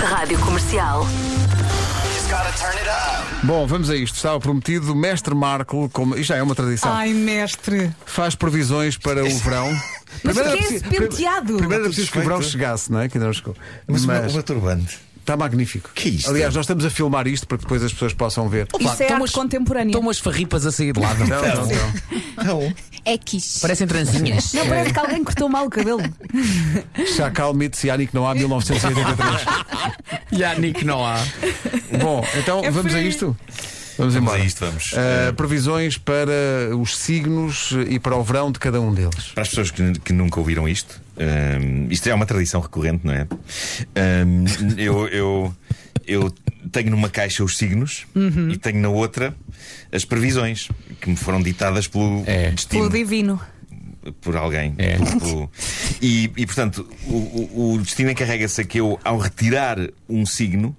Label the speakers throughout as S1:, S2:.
S1: Rádio Comercial.
S2: Bom, vamos a isto. Estava prometido, o mestre Marco, como isto já é uma tradição,
S3: Ai, mestre.
S2: faz previsões para o verão.
S3: Mas
S2: era
S3: que é
S2: preciso-
S3: esse penteado?
S2: Primeiro era
S4: Está
S2: preciso
S4: tudo
S2: que o verão
S4: feito.
S2: chegasse, não é? Que ainda não chegou.
S4: Mas, uma-
S2: Mas
S4: uma turbante.
S2: está magnífico.
S4: Que isto?
S2: Aliás, nós estamos a filmar isto para que depois as pessoas possam ver.
S3: Isso é
S5: estão
S3: arte
S5: umas-
S3: contemporânea.
S5: Estão umas farripas a sair de lado.
S2: Não, não, não.
S4: Não.
S6: É quis.
S5: Parecem trancinhas.
S3: Não, parece que alguém cortou mal o cabelo.
S2: Chacal Mitsianic não há 1983.
S5: E há Nick não há.
S2: Bom, então
S3: É
S2: vamos a
S3: frio.
S2: isto? Vamos
S4: Vamos
S2: embora.
S4: a isto, vamos.
S2: Ah, previsões para os signos e para o verão de cada um deles.
S4: Para as pessoas que, que nunca ouviram isto, hum, isto é uma tradição recorrente, não é? Hum, eu, eu, eu tenho numa caixa os signos
S2: Uhum.
S4: e tenho na outra as previsões que me foram ditadas pelo
S5: É.
S4: destino.
S3: Pelo divino.
S4: por alguém.
S5: É.
S4: Por- por- E, e, portanto, o, o- o destino encarrega-se a que eu, ao retirar um signo,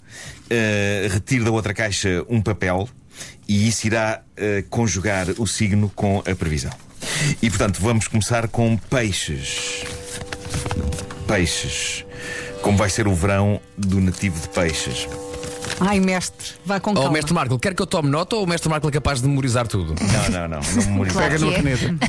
S4: eh, retire da outra caixa um papel e isso irá eh, conjugar o signo com a previsão. E portanto, vamos começar com peixes. Peixes. Como vai ser o verão do nativo de peixes?
S3: Ai, mestre, vá
S4: Oh,
S3: com
S5: Ou
S3: calma.
S5: o Oh, mestre Marco, quer que eu tome nota ou o mestre Marco é capaz de memorizar tudo?
S4: Não, não, não. não memorizo.
S6: Claro.
S2: Pega numa
S6: é.
S2: caneta.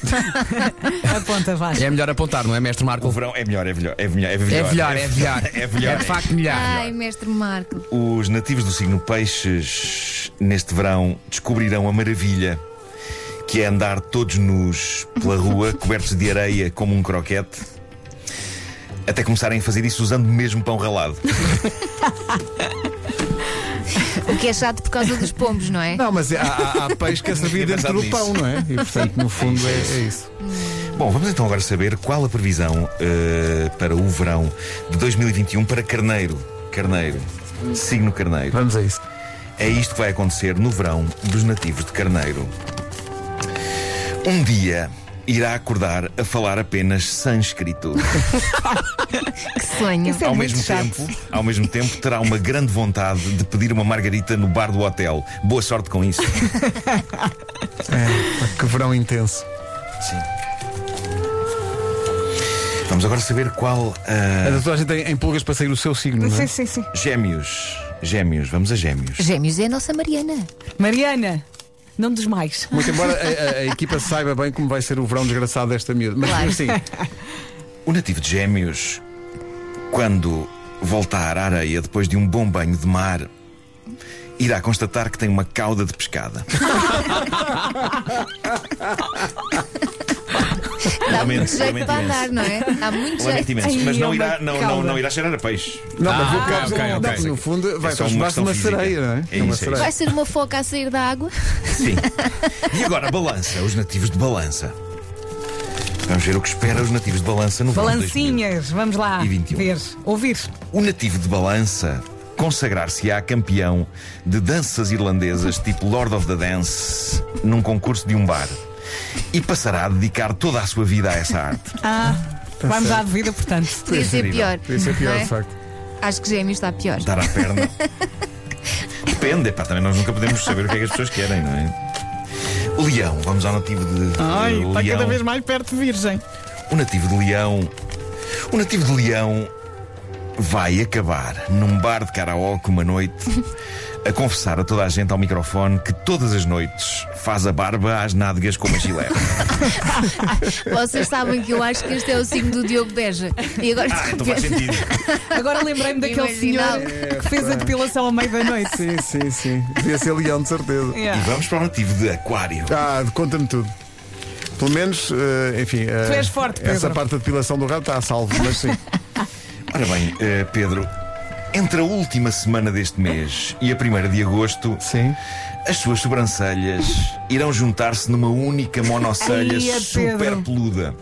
S3: Aponta, vá.
S5: É melhor apontar, não é, mestre Marco?
S4: O verão é melhor, é melhor, é melhor. É
S5: É
S4: melhor,
S5: melhor, é melhor.
S4: É melhor.
S5: É de facto melhor.
S3: Ah,
S6: Ai, mestre Marco.
S4: Os nativos do signo Peixes neste verão descobrirão a maravilha que é andar todos nus pela rua, cobertos de areia como um croquete, até começarem a fazer isso usando mesmo pão ralado.
S6: O que é chato por causa dos pombos, não é?
S2: Não, mas há, há, há peixe que é servido
S4: Tinha
S2: dentro
S4: pensado
S2: do pão,
S4: nisso.
S2: não é? E portanto, no fundo, é, é isso.
S4: Bom, vamos então agora saber qual a previsão eh, para o verão de 2021 para Carneiro. Carneiro. Signo Carneiro.
S2: Vamos a isso.
S4: É isto que vai acontecer no verão dos nativos de Carneiro. Um dia irá acordar a falar apenas sânscrito.
S6: Que sonho.
S3: Isso é
S4: ao
S3: muito
S4: mesmo
S3: chato.
S4: tempo, ao mesmo tempo terá uma grande vontade de pedir uma margarita no bar do hotel. Boa sorte com isso.
S2: É, que verão intenso.
S4: Vamos agora saber qual
S2: A
S4: ah,
S2: tatuagem tem em pulgas para sair o seu signo, não
S3: Sim,
S2: é?
S3: sim, sim.
S4: Gêmeos. Gêmeos, vamos a gêmeos.
S6: Gêmeos é a nossa Mariana.
S3: Mariana, não desmais.
S2: Muito embora a, a- a equipa saiba bem como vai ser o verão desgraçado desta miúda. Mas, assim,
S6: Claro.
S2: mas sim,
S4: O nativo de gêmeos, quando voltar à areia depois de um bom banho de mar, irá constatar que tem uma cauda de pescada.
S6: Dá muito
S4: Lamento,
S6: jeito
S4: lamento imenso.
S6: para andar, não é? Dá muito
S4: Lamento
S6: jeito.
S4: imenso,
S3: Ai,
S4: mas não
S3: é
S4: irá,
S3: uma
S4: não, não,
S3: cauda.
S4: não irá cheirar a peixe.
S2: não, mas
S5: Ah,
S2: vou
S5: ok, ok,
S2: não,
S5: ok.
S2: no fundo vai
S4: É só
S2: transformar-se
S4: uma questão
S2: numa
S4: física.
S2: sereia, não é?
S4: É
S2: uma
S4: isso, é
S2: sereia.
S6: Vai ser uma foca a sair da água.
S4: Sim. E agora, balança, os nativos de balança. Vamos ver o que espera os nativos de balança no verão de 2000.
S3: Balancinhas, vamos lá.
S4: E 21.
S3: Ver, ouvir.
S4: O nativo de balança consagrar-se-á campeão de danças irlandesas tipo Lord of the Dance num concurso de um bar. E passará a dedicar toda a sua vida a essa arte.
S3: Ah,
S4: Tá
S3: vamos à devida, portanto.
S6: Podia ser
S4: incrível.
S6: pior.
S2: Podia ser pior,
S6: não é?
S2: de facto.
S6: Acho que gêmeos está pior.
S4: Dar à perna. Depende, pá, também nós nunca podemos saber o que é que as pessoas querem, não é? O leão, vamos ao nativo de. Ai, leão.
S3: tá mais perto de virgem.
S4: O nativo de Leão. O nativo de Leão vai acabar num bar de karaoke uma noite a confessar a toda a gente ao microfone que todas as noites faz a barba às nádegas com uma gilete.
S6: Vocês sabem que eu acho que este é o signo do Diogo Beja. E agora
S4: Ah,
S6: de
S4: então faz
S6: repente.
S4: sentido.
S3: Agora lembrei-me daquele senhor
S6: Imaginal.
S3: que fez a depilação à meia-da-noite.
S2: Sim, sim, sim. Devia ser leão, de certeza.
S4: E
S3: Yeah.
S4: vamos para o nativo de Aquário.
S2: Ah, conta-me tudo. Pelo menos, eh, enfim. eh,
S3: Tu és forte, Pedro.
S2: Essa parte da depilação do rato está a salvo, mas sim.
S4: Ora bem, eh, Pedro, entre a última semana deste mês e a primeira de agosto,
S2: Sim.
S4: as suas sobrancelhas irão juntar-se numa única monocelha
S3: Ai, é
S4: super
S3: Pedro.
S4: peluda.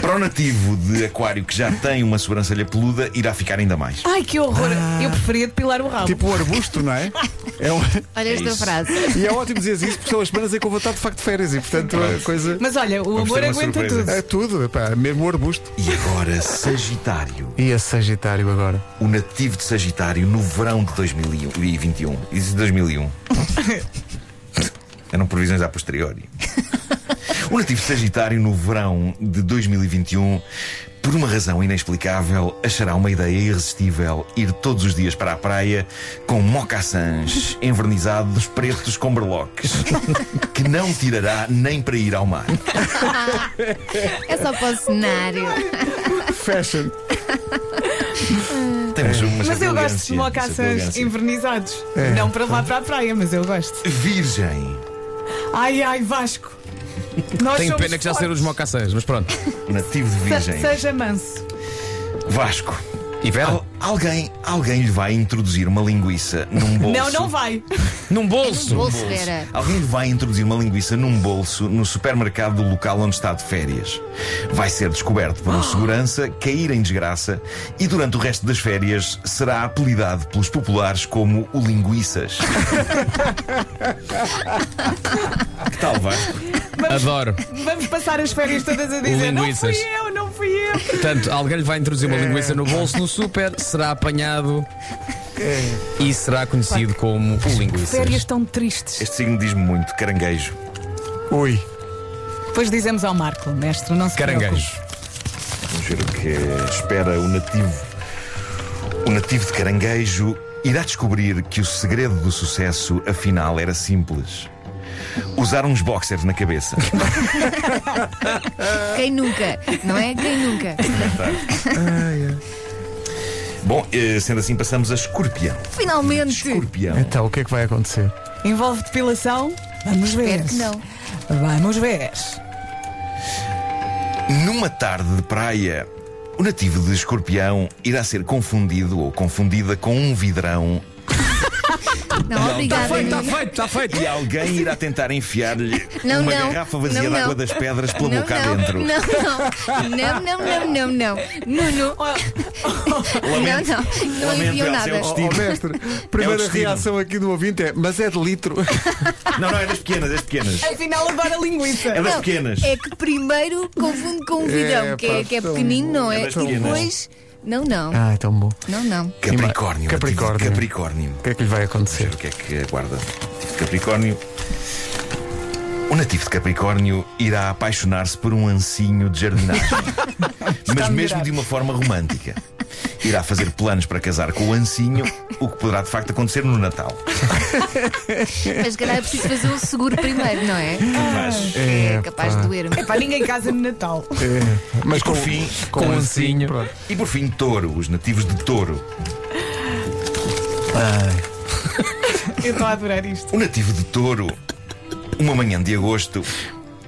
S4: Para o nativo de aquário que já tem uma sobrancelha peluda, irá ficar ainda mais.
S3: Ai, que horror!
S4: Ah.
S3: Eu preferia depilar o rabo.
S2: Tipo o arbusto, não é? é um...
S6: Olha esta
S4: isso.
S6: frase.
S2: E é ótimo dizer isso porque são as semanas em que eu vou estar de facto de férias e portanto a coisa.
S3: Mas olha, o
S4: Vamos
S3: amor
S4: ter uma
S3: aguenta
S4: surpresa.
S2: É
S3: tudo.
S2: tudo, epá, mesmo o arbusto.
S4: E agora, Sagitário.
S2: E a Sagitário agora?
S4: O nativo de Sagitário no verão de 2021. Isso de 2001. Eram previsões a posteriori. O nativo de Sagitário no verão de 2021 por uma razão inexplicável, achará uma ideia irresistível ir todos os dias para a praia com mocassins envernizados pretos com berloques, que não tirará nem para ir ao mar.
S6: É só para o
S4: um
S6: cenário.
S2: Fashion.
S4: Tem um umas, umas
S3: Mas eu gosto de mocações
S4: elegância. É.
S3: envernizados. Não para levar para a praia, mas eu gosto.
S4: Virgem.
S3: Ai, ai, Vasco. Nós
S5: Tenho
S3: somos
S5: pena que já saíram os
S3: fortes.
S5: mocaçãs, mas pronto.
S4: Nativo de
S3: Se-
S4: Virgem.
S3: Seja manso.
S4: Vasco.
S5: E Vera?
S4: Al- alguém, alguém lhe vai introduzir uma linguiça num bolso.
S3: Não, não vai.
S5: Num bolso!
S6: Bolso, Vera.
S4: Alguém lhe vai introduzir uma linguiça num bolso no supermercado do local onde está de férias. Vai ser descoberto por um
S3: Ah.
S4: segurança, cair em desgraça e durante o resto das férias será apelidado pelos populares como o Linguiças. que tal, Vasco?
S5: Adoro.
S3: Vamos passar as férias todas a dizer: Não fui
S5: Linguiças.
S3: eu, não fui eu.
S5: Portanto, alguém lhe vai introduzir uma linguiça no bolso no super, será apanhado e será conhecido como o
S3: Férias
S5: linguiças.
S3: tão tristes.
S4: Este signo diz-me muito, caranguejo.
S2: Ui.
S3: Depois dizemos ao Marco, mestre, não se preocupe.
S5: Caranguejo.
S4: Vamos ver o que espera o nativo. O nativo de caranguejo irá descobrir que o segredo do sucesso, afinal, era simples. Usar uns boxers na cabeça.
S6: Quem nunca? Não é? Quem nunca?
S4: Bom, eh, sendo assim, passamos a escorpião.
S6: Finalmente.
S4: Escorpião.
S2: Então, o que é que vai acontecer?
S3: Envolve depilação? Vamos ver.
S6: Espero que não.
S3: Vamos ver.
S4: Numa tarde de praia, o nativo de escorpião irá ser confundido ou confundida com um vidrão tá
S6: Não, tá obrigada.
S5: Está
S6: amiga.
S5: feito, está feito.
S4: e alguém irá tentar enfiar-lhe
S6: tá Não,
S4: uma
S6: não.
S4: garrafa vazia
S6: Não,
S4: de
S6: não.
S4: água das pedras pela
S6: Não, não,
S4: boca adentro.
S6: não, não, não, não, não, não, Nuno,
S4: Lamento.
S6: não, não, não
S4: Lamento, Elsa,
S6: enviou
S4: é
S6: nada.
S4: o
S2: Ó,
S4: Destino.
S2: ó, mestre, primeira
S4: destino.
S2: reação aqui do ouvinte é: mas é de litro.
S4: Não, não, é das pequenas, é das pequenas.
S3: Afinal, agora linguiça.
S4: É das
S6: Não,
S4: pequenas.
S6: É que primeiro confundo com o vidão,
S2: É,
S6: que, é,
S2: pá,
S6: que é
S2: tão
S6: pequenino, não
S4: É
S6: é?
S4: das
S6: e
S4: pequenas.
S6: depois, não, não,
S2: Ah, é tão bom. O
S6: não, não.
S4: Capricórnio.
S2: Capricórnio.
S4: ativo de Capricórnio.
S2: que é que lhe vai
S4: Vamos ver
S2: acontecer?
S4: o que é que aguarda. Ativo de Capricórnio. O nativo de Capricórnio irá apaixonar-se por um ancinho de jardinagem. mas mesmo de uma forma romântica. Irá fazer planos para casar com o ancinho, o que poderá de facto acontecer no Natal.
S6: Mas se calhar é preciso fazer um seguro primeiro, não é?
S4: Ah. Mas,
S6: É
S2: É,
S6: capaz
S2: pá.
S6: de doer-me.
S3: Para ninguém casa no Natal.
S2: É. Mas
S4: e por fim,
S5: Com um ancinho.
S2: pronto.
S4: e por fim, touro, os nativos de touro.
S3: Eu estou a adorar isto.
S4: O Um nativo de touro, uma manhã de agosto,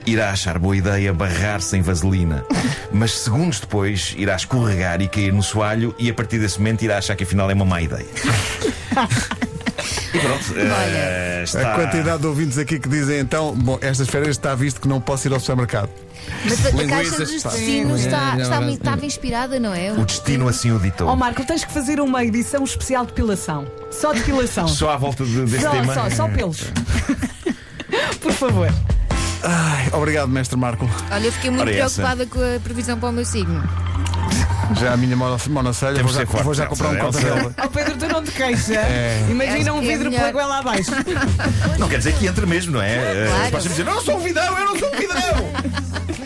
S4: irá achar boa ideia barrar-se em vaselina, mas segundos depois irá escorregar e cair no soalho, e a partir desse momento irá achar que afinal é uma má ideia. E pronto, eh,
S2: A
S4: está.
S2: quantidade de ouvintes aqui que dizem então, bom, estas férias está visto que não posso ir ao supermercado.
S6: Mas a- a caixa
S5: Linguiças,
S6: dos
S5: pá.
S6: destinos
S5: Sim,
S6: está,
S5: é,
S6: está
S5: é,
S6: muito-
S5: é.
S6: estava inspirada, não é?
S4: O destino assim o ditou.
S3: Ó Marco, tens que fazer uma edição especial de depilação. Só depilação.
S4: Só à volta de- desse
S3: Só,
S4: tema. eh,
S3: só, só pelos. Por favor.
S2: Ai, obrigado, mestre Marco.
S6: Olha, eu fiquei muito
S4: Ora, essa.
S6: preocupada com a previsão para o meu signo.
S2: Já a minha mono- monocelha, vou
S4: Temos
S2: já,
S4: de ser forte,
S2: vou já
S4: Elsa,
S2: comprar um
S4: Elsa.
S2: corta-vela.
S3: Ó Pedro, tu não te queixa.
S6: Acho
S3: Imagina um
S6: que é
S3: vidro
S6: melhor.
S3: pela goela abaixo.
S4: Não quer dizer que entre mesmo, não é? Eh,
S6: Claro.
S4: Eles podem dizer, eu não sou um vidão, eu não sou um vidão!